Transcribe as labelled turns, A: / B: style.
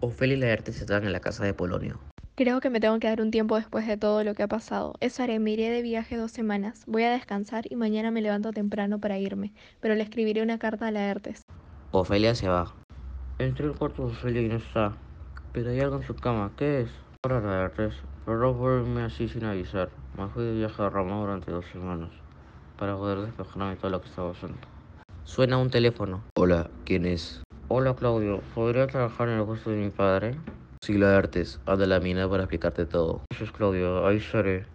A: Ofelia y Laerte se están en la casa de Polonio.
B: Creo que me tengo que dar un tiempo después de todo lo que ha pasado. Eso haré, me iré de viaje dos semanas. Voy a descansar y mañana me levanto temprano para irme, pero le escribiré una carta a Laertes.
A: Ofelia se va. Entré al cuarto de Ofelia y no está. Pero hay algo en su cama. ¿Qué es? Ahora Laertes, pero no volverme así sin avisar. Me fui de viaje a Roma durante dos semanas para poder despejarme de todo lo que estaba pasando. Suena un teléfono.
C: Hola, ¿quién es?
A: Hola Claudio, ¿podría trabajar en el puesto de mi padre?
C: Sigla de Artes, anda a la mina para explicarte todo.
A: Gracias Claudio, ahí estaré.